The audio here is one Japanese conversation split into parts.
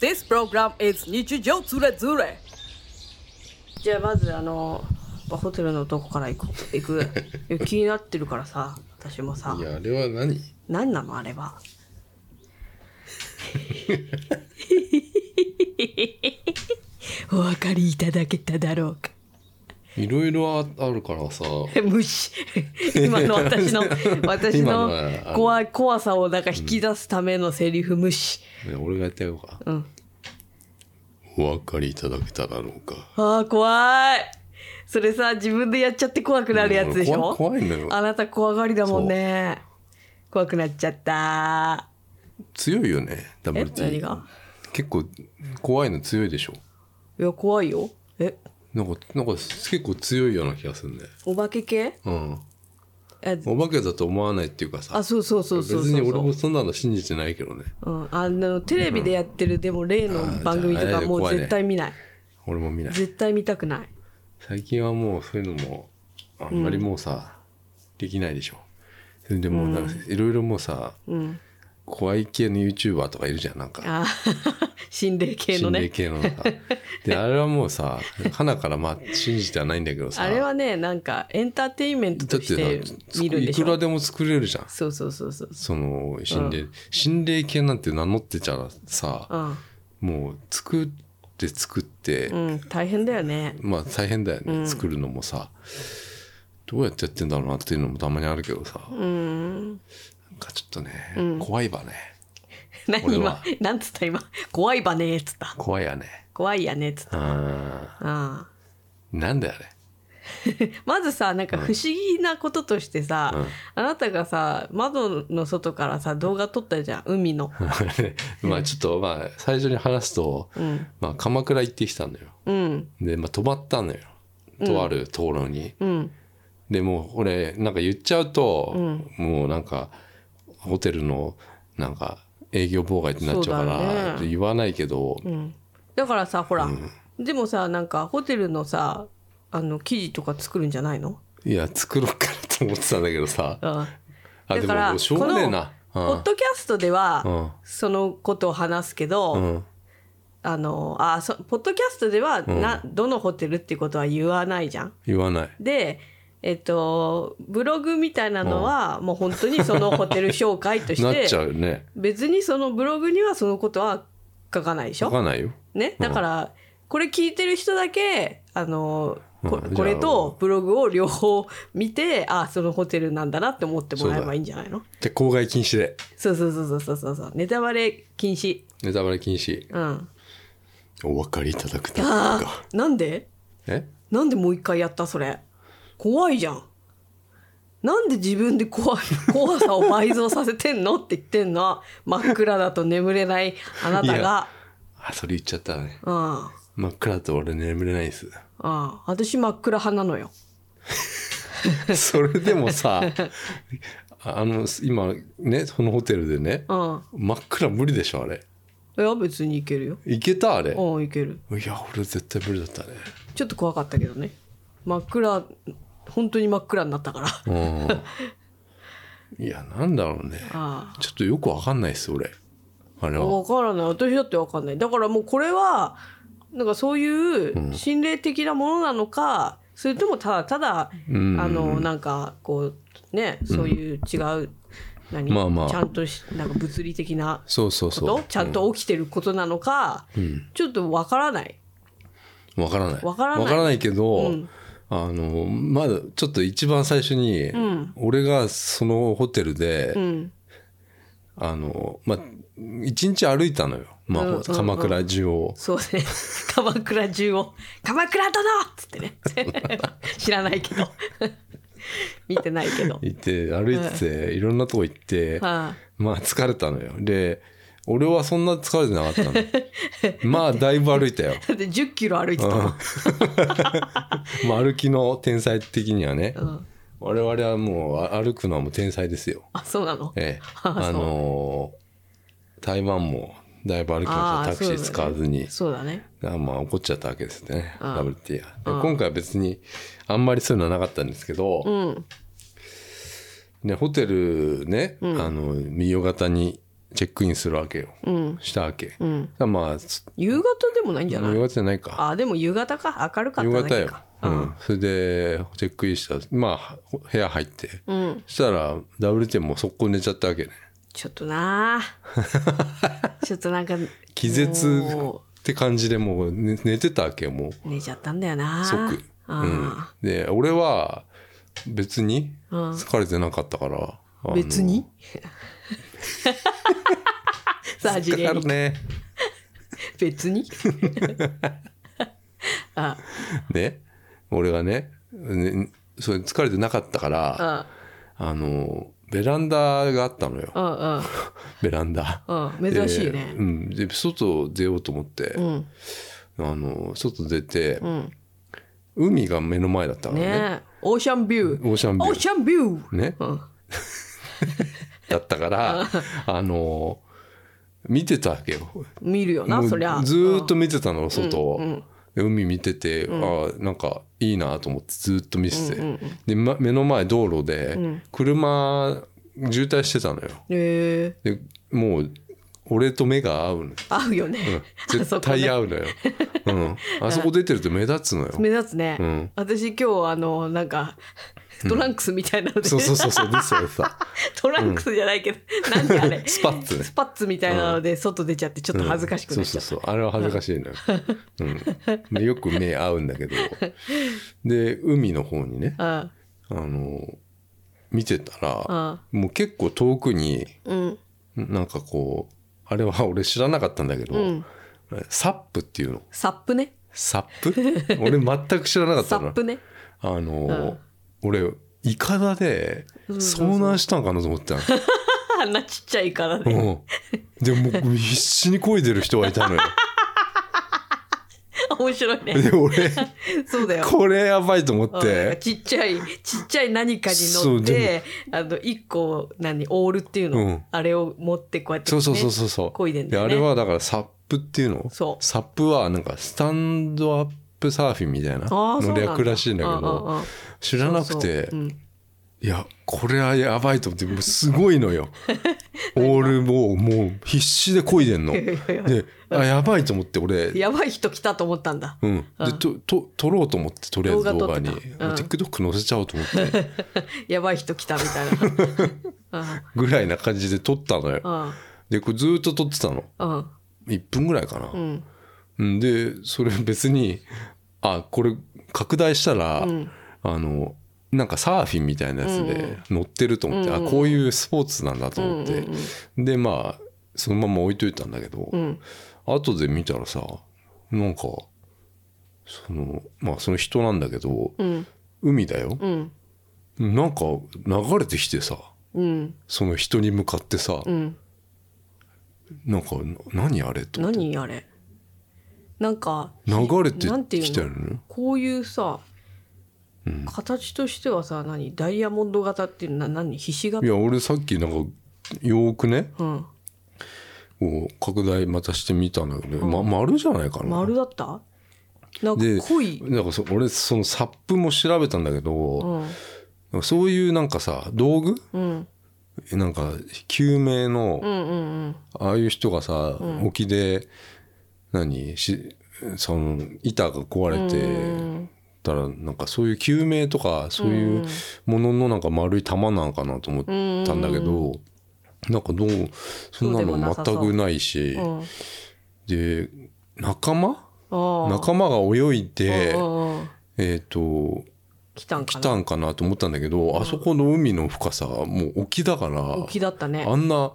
This program is 日常ズレズレじゃあまずあのまあホテルのどこから行こう行くいや気になってるからさ私もさいやあれは何何なのあれ はお分かりいただけただろうかいろいろああるからさ無視今の私 の私今ののはあの怖い怖さをなんか引き出すためのセリフ無視ね俺がやってやろうかうんお分かりいただけただろうかあー怖いそれさ自分でやっちゃって怖くなるやつでしょ、うん怖い怖いのよあなた怖がりだもんね怖くなっちゃった強いよねえ WT 何が結構怖いの強いでしょいや怖いよえなんかなんか結構強いような気がするねお化け系うんあお化けだと思わないっていうかさあそうそうそうそうそう別に俺もそんなの信じてないけどねうん、あのテレビでやってる、でも例の番組とあーじかゃああれもう怖いね絶対見ない俺も見ない絶対見たくない最近はもうそういうのもあんまりもうさ、できないでしょそれでもうなんかいろいろもうさ、うん怖い系の YouTuber とかいるじゃんなんかあー 心霊系の心霊ね 系のさであれはもうさ花からまあ信じてはないんだけどさあれはねなんかエンターテインメントだっとしててさつ見るんでいしくょらでも作れるじゃんそうそうそうそうその心霊、心霊系なんて名乗ってちゃうさ、ん、もう作って作って、うん、大変だよねまあ大変だよね、作るのもさどうやってやってんだろうなっていうのもたまにあるけどさ、うんなんかちょっとね、怖いわね何俺今はなんつった今怖いばねーっつった怖いやね怖いやねっつったうんあなんだよあれまずさなんか不思議なこととしてさ、うんあなたがさ窓の外からさ動画撮ったじゃん海の まあちょっとまあ最初に話すと、うんまあ、鎌倉行ってきたんだようんで、まあ、泊まったのよとあるところに、うんでもう俺なんか言っちゃうと、もうなんかホテルのなんか営業妨害ってなっちゃうかそうだらよね言わないけど、うんだからさほら、でもさなんかホテルのさあの記事とか作るんじゃないのいや作ろうかなと思ってたんだけどさうんあでだからももうしょうがねえなポッドキャストでは、うんそのことを話すけど、うんうんあのあそポッドキャストではな、どのホテルってことは言わないじゃん。言わないでえっとブログみたいなのは、もう本当にそのホテル紹介とし なってちゃうよね別にそのブログにはそのことは書かないでし書ょ。かないよね、だから、これ聞いてる人だけあのこ,、うんこれじゃあとブログを両方見てあそのホテルなんだなって思ってもらえばいいんじゃないのじゃあ公害禁止でそうそうそうそうそうそうネタバレ禁止ネタバレ禁止うんお分かりいただくためあかーなんでえなんでもう一回やったそれ怖いじゃんなんで自分で怖い 怖さを倍増させてんのって言ってんの真っ暗だと眠れないあなたがいやあそれ言っちゃったねうんうん真っ暗だと俺眠れないです私真っ暗派なのよ それでもさあの今ねそのホテルでねうん真っ暗無理でしょあれいや別にいけるよいけたあれうんいけるいや俺絶対無理だったねちょっと怖かったけどね真っ暗本当に真っ暗になったからうん いやなんだろうねあちょっとよくわかんないっす俺あれあは分からない私だって分かんないだからもうこれはなんかそういう心霊的なものなのか、それともただただうんあのなんかこうねそういう違う、何、まあまあちゃんとしなんか物理的なそうそうことそうちゃんと起きてることなのか、ちょっとわからないわからない。わからないけど、あの、まだちょっと一番最初に、俺がそのホテルで、んあの、まあ、一日歩いたのよ。まあ、うんうんうん鎌倉中を。そうね 鎌倉中を「鎌倉殿!」っつってね 知らないけど 見てないけど。行って、歩いてて、いろんなとこ行って、はまあ疲れたのよ。で、俺はそんな疲れてなかった の。まあ、だいぶ歩いたよ。あ、だって1 0キロ歩い てたもんまあ、歩きの天才的にはね、うん我々はもうあ歩くのはもう天才ですよ。あそうなのええあそうあのー台湾もだいぶ歩きまあしーたタクシー使わずに、そうだねあまあ怒っちゃったわけですねん WT はで今回は別にあんまりそういうのはなかったんですけど、うんね、ホテルね、あの三代型にチェックインするわけよ、うんしたわけ、うんだからまあつ夕方でもないんじゃな夕い方じゃないかあでも夕方か明るかった夕だ方けよか、ううんん、それでチェックインしたまあ部屋入って、うんそしたら WT もう速攻寝ちゃったわけねちょっとな あちょっとなんか気絶もって感じでもう寝寝てたわけよもうう寝ちゃったんだよな即、あうんあ、で俺は別にうん疲れてなかったから、あの別 にさあ次疲元れにるね別にあで俺がねねそれ疲れてなかったからああのベランダがあったのよあベランダああ珍しいでねうん、で外出ようと思ってう、んあの外出てう、ん海が目の前だったからねねえオーシャンビューオーシャンビオューーシャンビューねうんだったからあの見てたわけよ見るよなもうそりゃずーっと見てたの外を、うんで海見てて、ああなんかいいなと思ってずーっと見てて、うんうんで、ま目の前道路でん車渋滞してたのよええでもう俺と目が合 うの合うよねあそ絶こ対ね合うのよ、 うん、あそこ出てると目立つのよ目立つねうん私今日あのなんかトランクスみたいなのでそうそうそうそうですよさ トランクスじゃないけどなんであれスパッツねスパッツみたいなので外出ちゃってちょっと 恥ずかしくなっちゃっそうそうそうあれは恥ずかしい のよ、うん、でよく目合うんだけどで海の方にねたああの見てたらあもう結構遠くにうんなんかこうあれは 俺知らなかったんだけど、うんサップっていうのサップねサップ俺全く知らなかっサたッのプねあの、俺イカダで遭難したんかなと思ってたのあんなちっちゃいからうねん、でもう必死に漕いでる人がいた のよ面白いねで俺そうだよこれやばいと思っうんて、ちっちゃいちっちゃい何かにそ乗っうでてあの一個何オールっていうの、うんあれを持ってこうやって、そね、うそうそうそうそう漕いでんだよねあれはだからサップっていうのそうサップはなんかスタンドアップサーフィンみたいあなーそうなんのだ略らしいんだけどうんうんうん知らなくてそうそううんいやこれはやばいと思ってもうすごい のよオールをもう必死で漕い でんのいやいやいやであやばいと思って俺やばい人来たと思ったんだうん、でとと撮ろうと思ってとりあえず動動画撮画にってたうん TikTok 載せちゃおうと思ってやばい人来たみたいなぐらいな感じで撮ったのよ うんでこれずーっと撮ってたのうんうん1分ぐらいかなう、んうん、でそれ別にあこれ拡大したら、あのなんかサーフィンみたいなやつで乗ってると思って、あこういうスポーツなんだと思って、でまあそのまま置いといたんだけど、ん後で見たらさなんかそのまあその人なんだけど、ん海だよ、んなんか流れてきてさうんその人に向かってさ、うんなんかな何あれと思って何あれなんか流れてなんていうのきたよねこういうさ、形としてはさ何ダイヤモンド型っていうのは何ひしい形や俺さっきなんかよーくねうんこう拡大またしてみたんだけど、ま、丸じゃないかな。丸だったなんかで濃い、なんかそ俺そのサップも調べたんだけうど、んそういうなんかさ道具うん、なんか救命の、うんうんああいう人がさ、沖で何しその板が壊れて。たらなんかそういう救命とかそういうもののなんか丸い玉なんかなと思ったんだけどなんかどうそんそうなでもなのさそう全くないしうんうんで仲間ああ仲間が泳いでうんうんうんえっと来たんか来なたんかなと思ったんだけどあそこの海の深さもう沖だから沖だったねあんな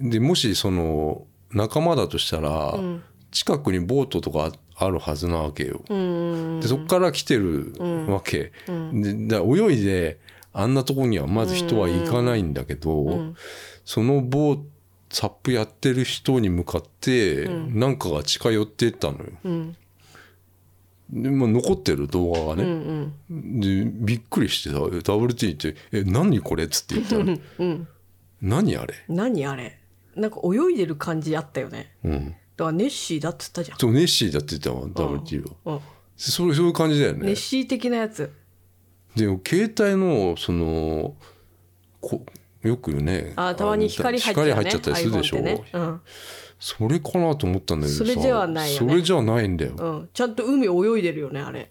でもしその仲間だとしたらん近くにボートとかあるはずなわけよ。うんうんでそこから来てるわけ、でだから泳いであんなとこにはまず人は行かないんだけど、その棒サップやってる人に向かってなんかが近寄っていったのよ。うんでまあ、残ってる動画がうんうね、んでびっくりしてさ WT って「え何これ?」っつって言ったらうん「何あれ?何あれなんか泳いでる感じあったよね」うんだからネッシーだっつったじゃんそうネッシーだって言ったわ WT は。うんそれそういう感じだよね。ネッシー的なやつで携帯のそのこよくねあたまに光入っちゃう光ね入っちゃったりするでしょ、 iPhone ってね、うんそれかなと思ったんだけどそされじゃないよねそれじゃないんだようん、ちゃんと海泳いでるよねあれ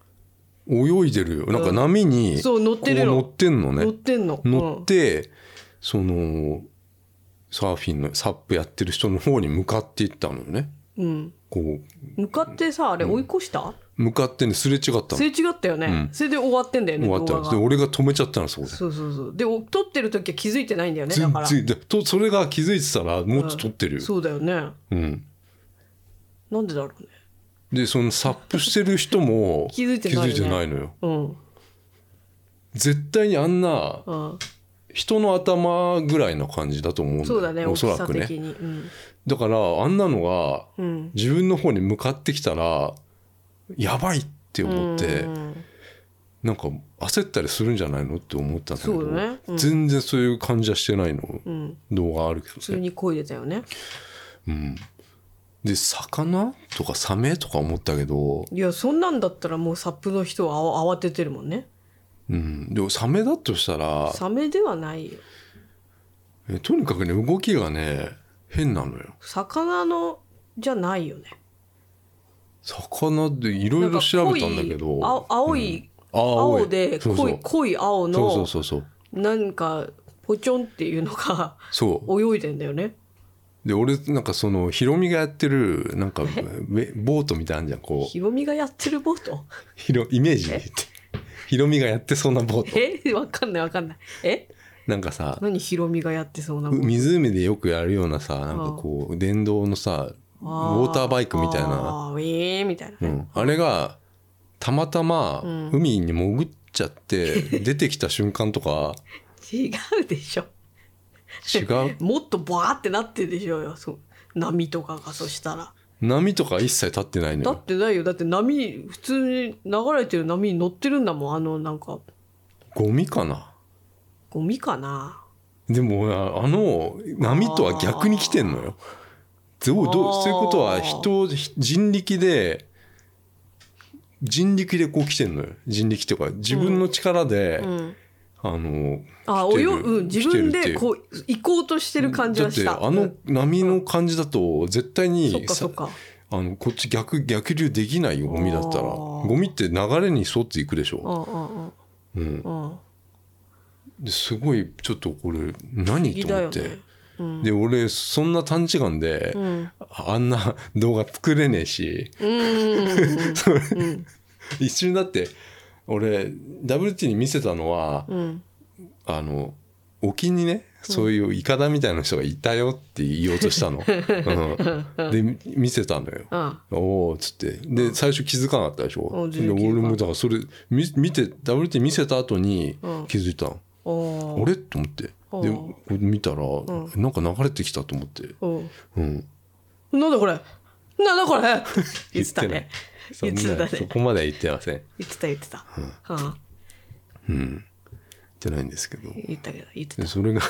泳いでるよなんか波にそう乗ってるのこう乗ってんの乗っねてんの乗って、そのサーフィンのサップやってる人の方に向かっていったのよねうんうん、こう向かってさあれ追い越した、向かってねすれ違ったのすれ違ったよね、それで終わってんだよね終わった動の画でが俺が止めちゃったのそこでそうそうそうでお撮ってる時は気づいてないんだよねだ全から然でとそれが気づいてたらもっと撮ってるよ、そうだよねうん、なんでだろうねでそのサップしてる人も 気づいてないよね気づいてないのようん絶対にあんなうん人の頭ぐらいの感じだと思うんだよそうだねお大そきらさく的ねに、うんだからあんなのがうん自分の方に向かってきたらやばいって思って、うんなんか焦ったりするんじゃないのって思ったんだけどそうだねうん全然そういう感じはしてないの、ん動画あるけ普ど通ねに漕いでたよねで魚とかサメとか思ったけど、いやそんなんだったらもうサップの人はあわ慌ててるもんねうん、でもサメだとしたらサメではないよえとにかくね動きがね変なのよ魚のじゃないよね魚でいなろいか濃ろい調べたんだけど青青い、うん青い青でそう濃そうい濃い青のそうそうそうそうなんかポチョンっていうのが そう泳いでんだよねで俺なんかそのヒロミがやってるなんかウェボートみたいなのあんじゃんこうヒロミがやってるボー トひろイメージで言ってヒロミがやってそうなボートえわかんないわかんないえなんかさ何ヒロミがやってそうなボート湖でよくやるようなさなんかこう電動のさウあォーターバイクみたいなあーウィーンみたいなうね、ん、あれがたまたまん海に潜っち ゃって出てきた瞬間とか違うでしょ違 うもっとバーってなってるでしょうよそう波とかがそしたら波とか一切立ってないのだよってないよだって波普通に流れてる波に乗ってるんだもんあのなんかゴミかなゴミかなでもああの波とは逆に来てんのよどうどあうーそういうことは人人力で人力でこう来てんのよ人力っていうか自分の力で、うんあのあ来て泳るぐ、うん、自来てる分ってでいうこう行こうとしてる感じだはっしてたあの波の感じだと絶対にそっかそっかあのこっち逆逆流できないよゴミだったらあーゴミって流れに沿っていくでしうょ、んうんうん、うんうんですごいちょっとこれ何不思議とだ思よっねて、で俺そんな短時間で、んあんな動画作れねえし、うーんそれ 一瞬だって俺 WT に見せたのは、うんあの沖にねそういうイカダみたいな人がいたよって言おうとしたの、うん、で見せたのよ、うんおおっつってで最初気づかなかったでしうょんで全然気づ俺かなかったもだからそれ見見て WT 見せた後にうん気づいたの、おあーれと思ってでうんこう見たら、なんか流れてきたと思って、おーうん、なんだこれなん だこれ言ってたねそ 言んっなてたそねこまでは言ってません言ってた言ってた、うん、言ってないんですけど言ったけど言ってでたそれが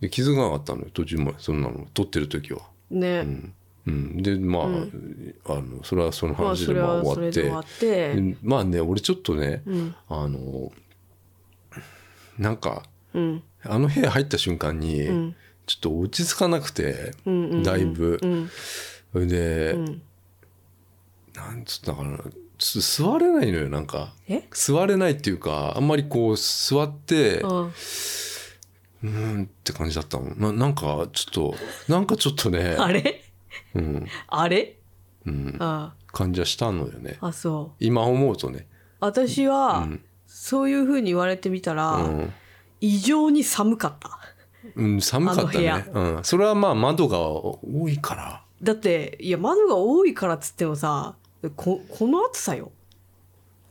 で気づかなかったのよ途中までそんなの撮ってる時は。ね、うん、でまあ,、あのそれはそのまあ話そでれまあは終そわれっでて,で、終わってまあね俺ちょっとね、んあのなんかうんあの部屋入った瞬間に、ちょっと落ち着かなくて、んうんうんだいぶ、んそれで、んなんつったかなちょっと座れないのよなんかえ座れないっていうかあんまりこう座ってううんーんって感じだったのななんかちょっとなんかちょっとねあれうんあれ、うんあ感じはしたのよねあそう今思うとね私は、そういうふうに言われてみたら、うん異常に寒かったうん、寒かったあねの、うん、それはまあ窓が多いからだっていや窓が多いからっつってもさここの暑さよ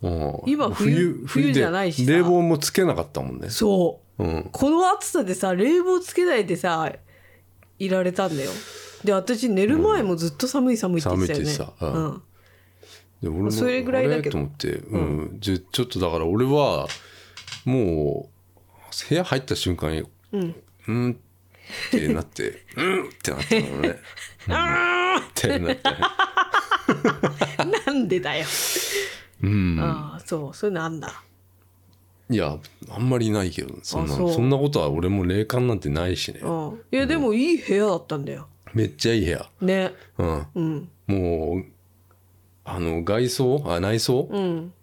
うん今冬冬でじゃないしさ冷房もつけなかったもんね、そううん、この暑さでさ冷房つけないでさいられたんだよで私寝る前もずっと寒い寒いって言ってたよね、寒いって言ってうたうんんで俺もそれぐらいだけどあれと思って、うんじちょっとだから俺はもう部屋入った瞬間にうん、ってなって 「うん」ってなったのね「うん」ってなったねなんでだようんああそうそういうのあんだいやあんまりないけどそんなあそうそんなことは俺も霊感なんてないしねうん、いやでもいい部屋だったんだよめっちゃいい部屋、ねうん、うんもうあの外装あ内装、うん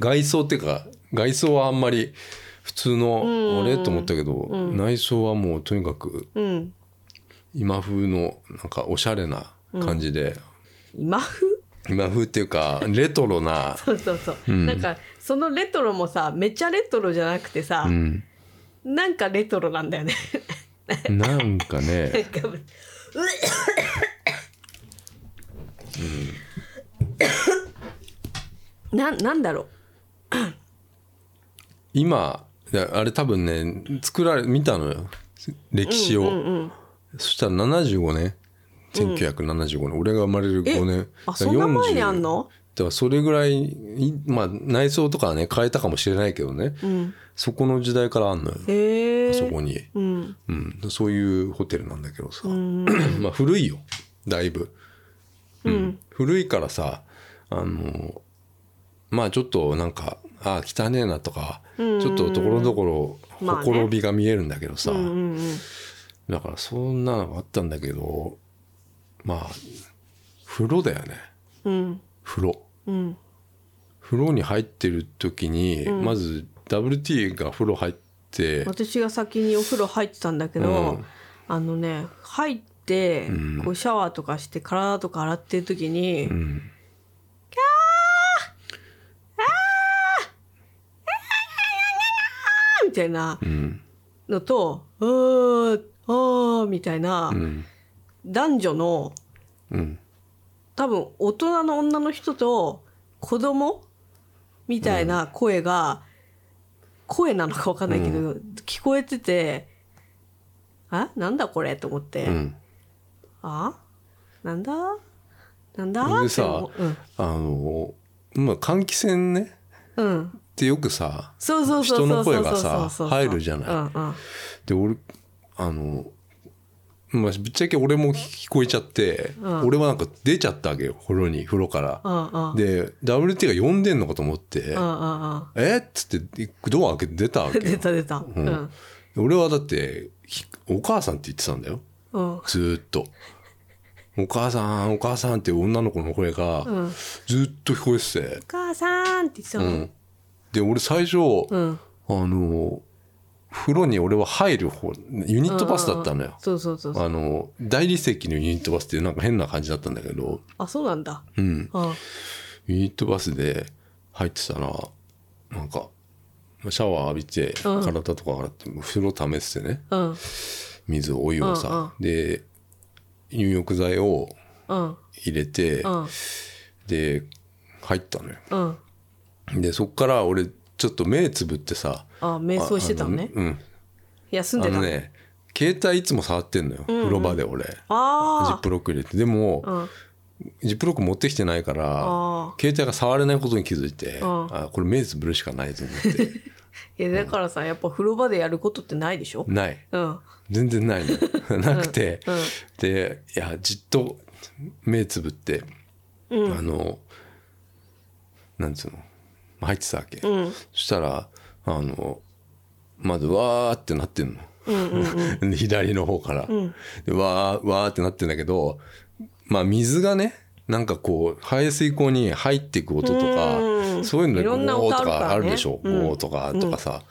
外装っていうか外装はあんまり普通のあれと思ったけど、内装はもうとにかくうん今風のなんかおしゃれな感じで、今風 今風っていうかレトロなそうそうそう、なんかそのレトロもさめちゃレトロじゃなくてさう、んなんかレトロなんだよね なんかなんねかうっななんだろ今いやあれ多分ね作られ見たのよ歴史を、そしたら75年1975年、俺が生まれる5年あそんな前にあんのだからそれぐらいいまあ内装とかはね変えたかもしれないけどね、そこの時代からあんのようへそえこに、うんうん、そういうホテルなんだけどさ、 まあ古いよだいぶ、うん古いからさあのまあちょっとなんかああ汚ねえなとか、ちょっとところどころまあほねころびが見えるんだけどさ、うんうんだからそんなのがあったんだけどまあ風呂だよねうん風呂うん風呂に入ってる時に、まず WT が風呂入って私が先にお風呂入ってたんだけど、うんあのね入ってんこうシャワーとかして体とか洗ってる時に、うんみたいなうんのと「うーあー」みたいな、うん男女のうん多分大人の女の人と子供みたいな声が、声なのか分かんないけど、聞こえてて「あなんだこれ?」と思って「うんあなんだなんだ?」それでってさ思う。うんあのまあ換気扇ねうんってよくさそうそうそうそうそう人の声がさそうそうそう入るじゃないうんうんで俺あの、まあ、ぶっちゃけ俺も聞こえちゃって、うん俺はなんか出ちゃったわけよ風呂に風呂からう、んうんで WT が呼んでんのかと思って「うんうんうんえっ?」つってドア開けて出た わけよ出た出たううんん俺はだってひお母さんって言ってたんだようんずーっと。お母さんお母さんって女の子の声がうんおずーっと聞こえてて、母さんって言ってたうのん、で俺最初、うんあの風呂に俺は入る方ユニットバスだったのよ、そうそうそうそうあの大理石のユニットバスっていうなんか変な感じだったんだけど、あそうなんだうん、うんユニットバスで入ってたらなんかシャワー浴びてうん体とか洗って風呂溜めててねうん水お湯をさ、うんうんで入浴剤をうん入れて、うんで入ったのようんでそっから俺ちょっと目つぶってさあ瞑想してたのねああのうん休んであたののね携帯いつも触ってんのよ、風呂場で俺ジッあプロック入れてでも、あうんジップロック持ってきてないからああ携帯が触れないことに気づいて、うんあこれ目つぶるしかないと思って いやだからさやっぱ風呂場でやることってないでしょないうん全然ない のなくて、うんでいやじっと目つぶって、うあのなんつうの入ってたわけ、うんそしたらあのまずわーってなってんの、 で左の方から、でわーわーってなってんだけどまあ水がねなんかこう排水溝に入っていく音とかうんそういうのでいろんなゴー音あとるからねかあるでしょ、うんゴーとかとかさ、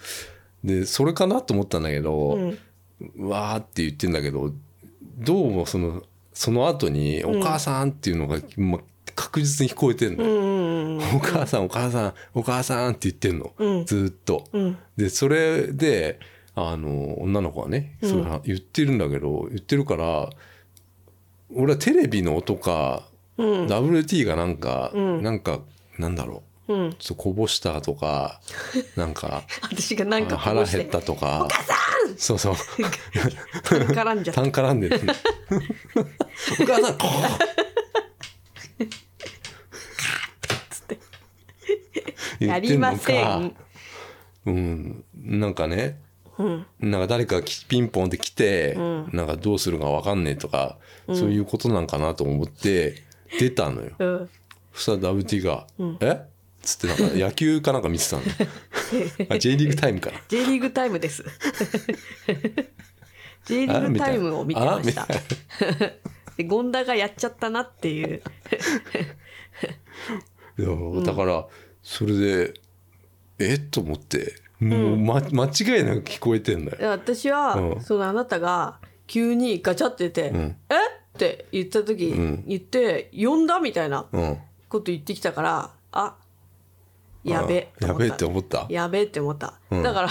でそれかなと思ったんだけど、わーって言ってんだけどどうもそのその後に「お母さん」っていうのが、ま確実に聞こえてんのよ、うんうんお母さんお母さんお母さんって言ってんの、うんずーっと。うんでそれであの女の子はねそういう話言ってるんだけど、言ってるから俺はテレビの音か、うん WT がなんか、んなんかなんだろううん ちょっとこぼしたとかなんか私がなんかこ腹うし減ってたとかそうそう 絡んじゃった単絡んでる お母さんこ うやりませ言んってのかうんなんかねうんなんか誰かきピンポンって来て、んなんかどうするか分かんねえとか、そういうことなんかなと思って出たのよ。うん そしたら WT が「えっ?」つってなんか野球かなんか見てたの。あ J リーグタイムかな J リーグタイムです J リーグタイムを見てましたあみたいなで権田がやっちゃったなっていういやだからそれで、えっと思ってもう、ま、間違いなく聞こえてんだでよ。私は、うんそのあなたが急にガチャってて「んえっ?」て言った時、ん言って「呼んだ?」みたいなうん、こと言ってきたからあやべあやべえってっ思ったた。やべえって思った、んだから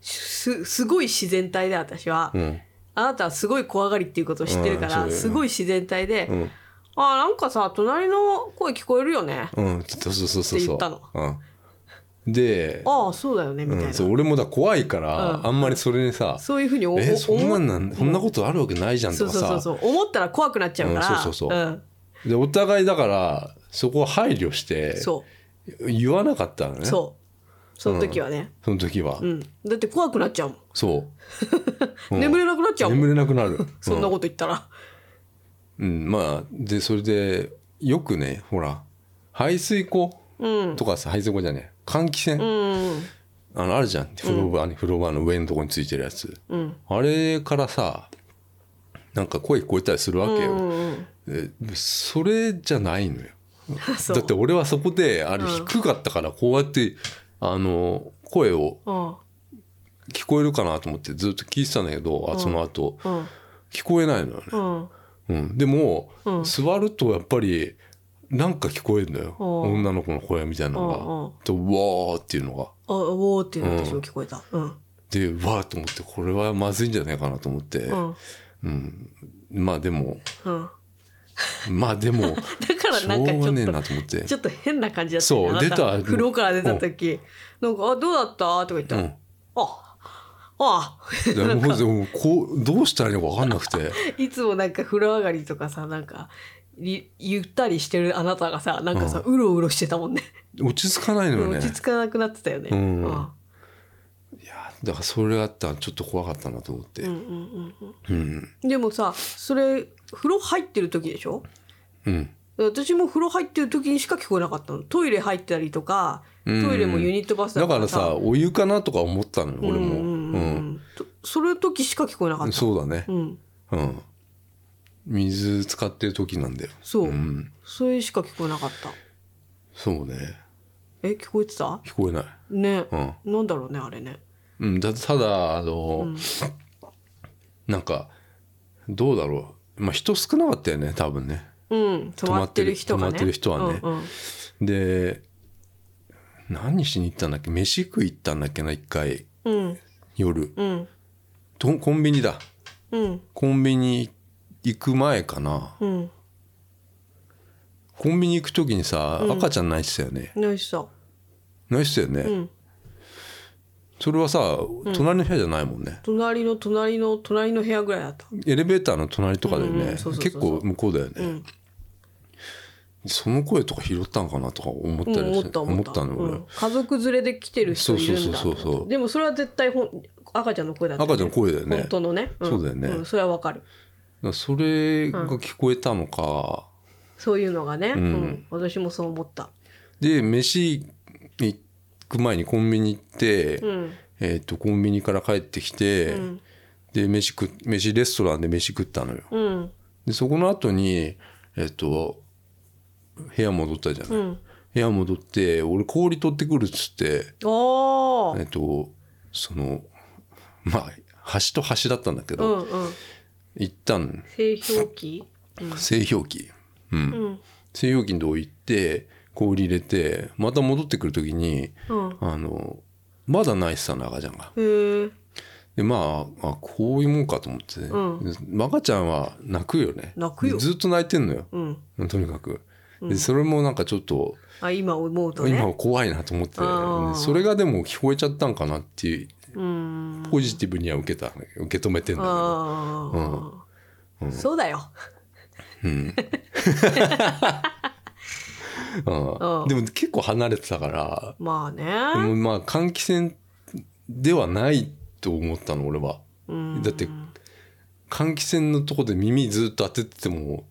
すすごい自然体で私は、うんあなたはすごい怖がりっていうことを知ってるかうらんそうすごい自然体で「んあーなんかさ隣の声聞こえるよねうん、そうそうそうそうってそ言うったの。うん、で、ああそうだよね」みたいな、うん、そそうう俺もだ怖いから、うんあんまりそれにさいうふうに「おえそんなん思なんそんなことあるわけないじゃん」そとうかそうそうさそう思ったら怖くなっちゃうから、うんそうそうそうんでお互いだからそこは配慮してそ言わなかったのねうそうその時はね、その時は、うんだって怖くなっちゃうもん、そううん眠れなくなっちゃうもん眠れなくなる そんなこと言ったら、うん、まあでそれでよくねほら排水溝うんとかさ、排水溝じゃねえ換気扇、うんあのあるじゃん風呂場に、風呂場の上のとこについてるやつ、うんあれからさなんか声聞こえたりするわけうよ、んうん えそれじゃないのよそうだって俺はそこであれうん低かったからこうやって、あの声をうん聞こえるかなと思ってずっと聞いてたんだけど、あその後うん聞こえないのよね、うんうん、でも、うん座るとやっぱりなんか聞こえるんだようん女の子の声みたいなのが、うんうんとうわーっていうのがあおーっていうの私も聞こえたうんでうわーと思ってこれはまずいんじゃないかなと思って、うんうんまあでもうんまあ でもだからしなょんうかちがねえょっなと思ってとちょっと変な感じだったよねそうあな出た風呂から出た時なんか「あどうだった?」とか言ったうらん「ああでもうでもこうどうしたらいいのか分かんなくて いつもなんか風呂上がりとかさなんかりゆったりしてるあなたがさなんかさ、うろうろしてたもんね落ち着かないのよね落ち着かなくなってたよね、んうんうんいやだからそれがあったらちょっと怖かったなと思って、うんうんうんうん、でもさそれ風呂入ってる時でしょ私も風呂入ってる時にしか聞こえなかったのトイレ入ったりとかトイレもユニットバスだからさお湯かなとか思ったのよ俺も、うんうんうんとそれ時しか聞こえなかうっんたそうだね、うんうん。水使ってる時なんだよ。そう、ん。それしか聞こえなかったそうね。え聞こえてた聞こえない。ね、うん。なんだろうねあれねうん、だただ、あの、なんか、どうだろう。まあ人少なかったよね、多分ね。うん止まってる人がね止まってる人はねうんうんで、何しに行ったんだっけ飯食い行ったんだっけな、一回、うん夜。うんとコンビニだ。うんコンビニ行く前かな。うんコンビニ行く時にさ、赤ちゃん泣いてたよね。ナイスさ泣いてたよね。んそれはさ、隣の部屋じゃないもんね。隣の隣の隣の部屋ぐらいだったエレベーターの隣とかだようんうねんそうそうそうそう結構向こうだよね、んその声とか拾ったんかなとか思ったりうん、し思てった思ったの俺、うん家族連れで来てる人いるんだそうそうそうそうそうでもそれは絶対ほん赤ちゃんの声だったよね、赤ちゃんの声だよね本当のね、んそうだよねんそれはわかるだからそれが聞こえたのか、そういうのがね、うんん私もそう思ったで飯行く前にコンビニ行って、うんえー、とコンビニから帰ってきて、んで飯食っ飯レストランで飯食ったのようんでそこの後にえっ、と部屋戻ったじゃない、うん部屋戻って俺氷取ってくるっつってあえっと、その、まあ、端と端だったんだけあうど、んうん一旦、製氷機製氷機。うん。うん製氷機のとこ行って、氷入れて、また戻ってくるときに、うんへあの、まだ泣いてたの、赤ちゃんが。えで、まあ、あこういうもんかと思って、うで赤ちゃんは泣くよね。泣くよでずっと泣いてんのよ。うんとにかく。で、それもなんかちょっと、あ今思うと今はね怖いなと思って、あーでそれがでも聞こえちゃったんかなっていう、うんポジティブには受けた、受け止めてんだけど。ああ、そうだよううん ん、でも結構離れてたから、まあでねもまあ換気扇ではないと思ったの俺は、うんだって換気扇のとこで耳ずっと当ててても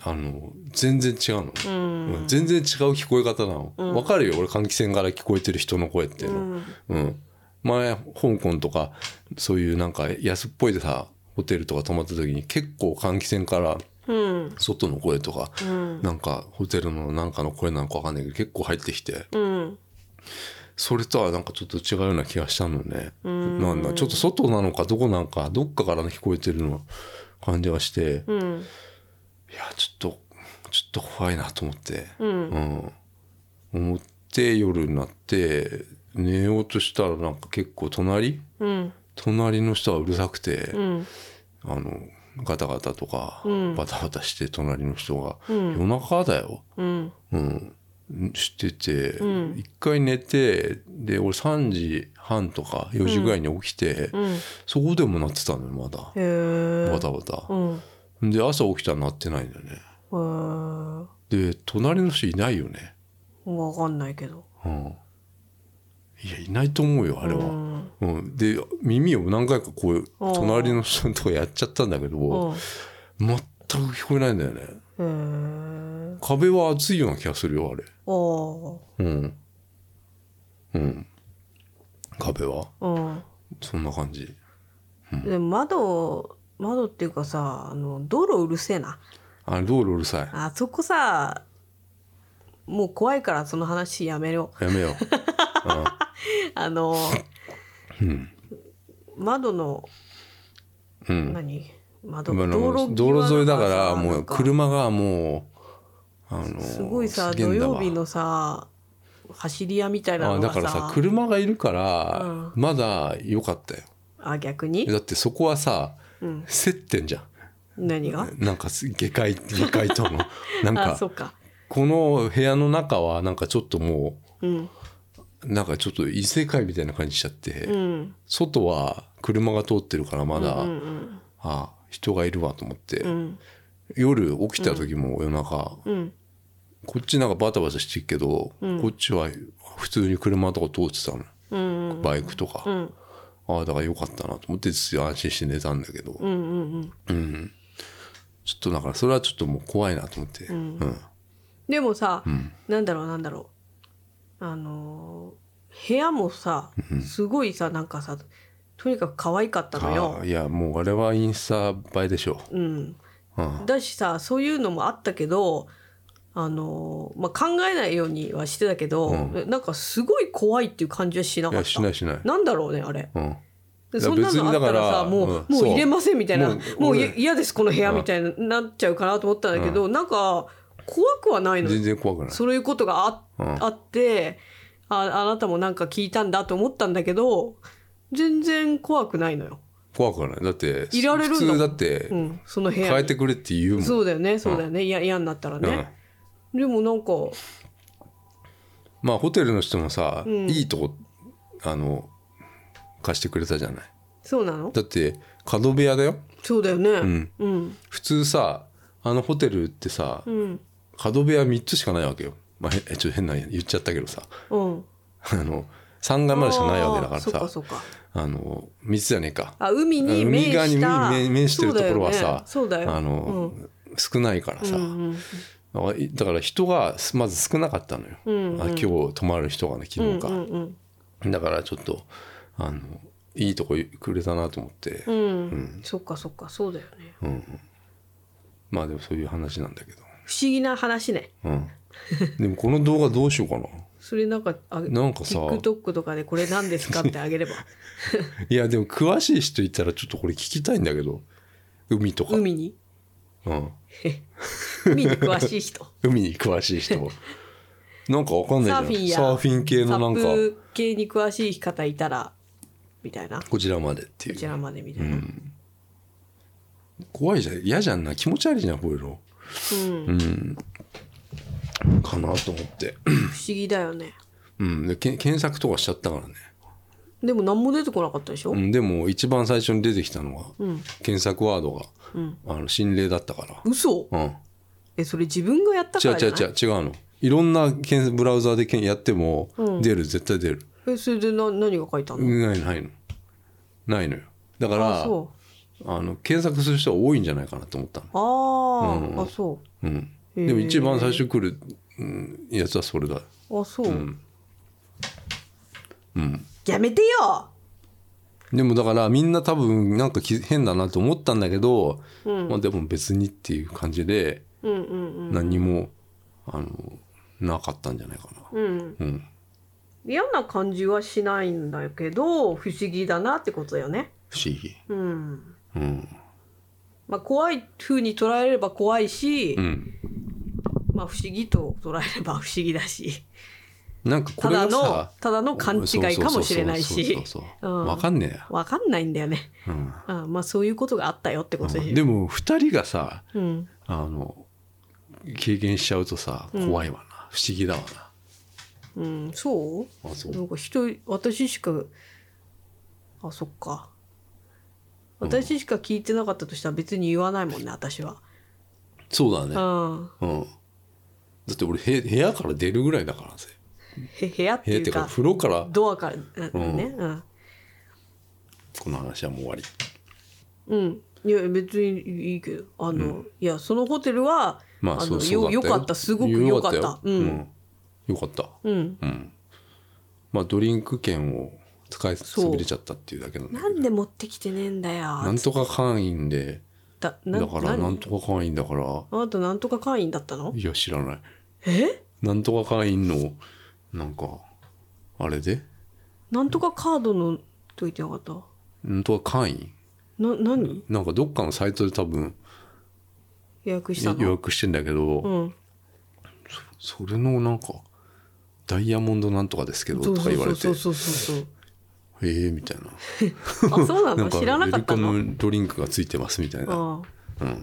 あの全然違うの、うんうん全然違う聞こえ方なの、わかるよ俺換気扇から聞こえてる人の声っていうの、うん前香港とかそういうなんか安っぽいでさホテルとか泊まった時に結構換気扇からうん外の声とか、うんなんかホテルのなんかの声なのかわかんないけど結構入ってきてうんそれとはなんかちょっと違うような気がしたのねなんだちょっと外なのかどこなんかどっかから聞こえてるの感じがして、うんいやちょっとちょっと怖いなと思って、うん思って夜になって寝ようとしたらなんか結構隣うん隣の人はうるさくて、うんあのガタガタとか、うんバタバタして隣の人が、うん夜中だよ、うんうん、してて、うん一回寝てで俺3時半とか4時ぐらいに起きて、うんそこでもなってたのよまだへえバタバタう、んで朝起きたらなってないんだよねえーで隣の人いないよねわかんないけどうんいやいないと思うよあれうは、んうんで耳を何回かこうおー隣の人のとかやっちゃったんだけうんどへ全く聞こえないんだよねえ壁は熱いような気がするよあれあーうんうん壁はうんそんな感じでも窓窓っていうかさあの道路うるせえなあ道路うるさあそこさもう怖いからその話やめよいやめよううあのうん窓の うん何窓今道の路際道路沿いだからさもなうんか車がもうあのすごいさすげえ土んだ曜わ日のさ走り屋みたいなあのだがさからさあ車がいるかうらまだ良かったよ逆にだってそこはさ、うん接点じゃ何がんなんかす下界下界と のなんあそかっかこの部屋の中はなんかちょっともうんうなんかちょっと異世界みたいな感じしちゃって、うん外は車が通ってるからまだ、うんうんあ人がいるわと思って、うん夜起きた時も夜中、うんこっちなんかバタバタしてるけど、こっちは普通に車とか通ってたの、うんバイクとか、うんああだからよかったなと思って安心して寝たんだけど、うんうんうんちょっとだからそれはちょっともう怖いなと思って、うんでもさ、なんだろうなんだろうあのー部屋もさすごいさなんかさとにかく可愛かったのあよー、いやもうあれはインスタ映えでしょうん、うんだしさそういうのもあったけどあのーまあ、考えないようにはしてたけど、なんかすごい怖いっていう感じはしなかっいやたしないしないなんだろうねあれうんでいやそんなのあったらさ別にだからもう,、うんもうそう入れませんみたいなももうう俺い嫌ですこの部屋みたいになっちゃうかなと思ったんだけど、なんか怖くはないのよ全然怖くないそういうことがあ,、うんあってああなたもなんか聞いたんだと思ったんだけど全然怖くないのよ、怖くはないだっていられるんだ普通だってうん、その部屋に変えてくれって言うもん、そうだよねそうだよね嫌、嫌になったらね、でもなんかうんまあホテルの人もさ、んいいとこあの貸してくれたじゃないそうなのだって角部屋だよそうだよねうんうん普通さあのホテルってさ、うん角部屋3つしかないわけよ、まあ、へえちょっと変な言っちゃったけどさ うんあの3階までしかないわけだからあーそっさかそっかあの3つじゃねえかあ海に面した海側に面面してるところはさ、そうだよね、あの、少ないからさ、だからいだから人がすまず少なかったのよ、あ今日泊まる人がね昨日か、うんうんだからちょっとあのいいとこくれたなと思って、うん、うんそっかそっかそうだよね不思まあでもそういう話なんだけど、議な話ねうん、でもこの動画どうしようかなそれなんかあげなんかさ TikTok とかでこれ何ですかってあげれば いやでも詳しい人いたらちょっとこれ聞きたいんだけど海とか、海にうん、海に詳しい 人海に詳しい人 なんかわかんサなーフィンいじやゃんサーフィン系のなんかサップ系に詳しい方いたらみたいなここちらまでっていうちらまでみたいな、うん怖いじゃん嫌じゃんな気持ち悪いじゃんこういうのかなと思って、不思議だよねうん、でけ検索とかしちゃったからね、でも何も出てこなかったでしょ、うん、でも一番最初に出てきたのは、ん検索ワードが、あの心霊だったか嘘ら、うん、えそれ自分がやった違かうらじ違ゃうない違う違うのいろんな検ブラウザーでけんやっても出る、絶対出るえそれでな何が書いてあるの、ないのないのないのよだかあらそあの検索する人は多いんじゃないかなと思ったの、あー、うんあそうん、へーでも一番最初来る、うん、やつはそれだうあそう、んうんやめてよでもだからみんな多分なんかき変だなと思ったんだけど、うんまあ、でも別にっていう感じでうんうん何も、あのなかったんじゃないかうんうんな、うん、嫌な感じはしないんだけど不思議だなってことだよね不思議うんうんまあ怖い風に捉えれば怖いし、うんまあ不思議と捉えれば不思議だしなんかこたれだがのさただの勘違いかもしれないしそうそうそうそうそううんわかんねえや、わかんないんだよねうんあまあそういうことがあったよってことでしょ、でも二人がさうん、あの経験しちゃうとさ怖いわな、不思議だわうん、そうなあそうなんか人私しかあそっか私しか聞いてなかったとしたら別に言わないもんね私はそううだねんうんだって俺へ部屋から出るぐらいだからねへ部屋って部屋っいうていうかか風呂からドアからだからうんねうん、この話はもう終わりうん、いや別にいいけどあの、いやそのホテルは、まあのそうそうよだよよかったすごくよかったよううんんよかったうん、うんまあドリンク券を使いそう潰れちゃったっていうだけなんだけなどんで持ってきてねえんだよなんとか会員でだなだからなん何とか会員だからあなたなんとか会員だったのいや知らないえなんとか会員のなんかあれでなんとかカードのと言ってなかったなんとか会員な何なんかどっかのサイトで多分予約した予の約してんだけど、うんそれのなんか「ダイヤモンドなんとかですけど」そとうかそ言われうて「そへうそうそうそうえ」みたいなあそうな なんのか知らなかったウのェルカムドリンクがついてますみたいなああ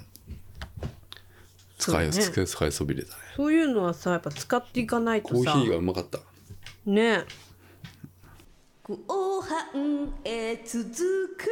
使そい,、うだね使い使いそびれたねそういうのはさやっぱ使っていかないコーとヒさーがうまかったね後半へ続く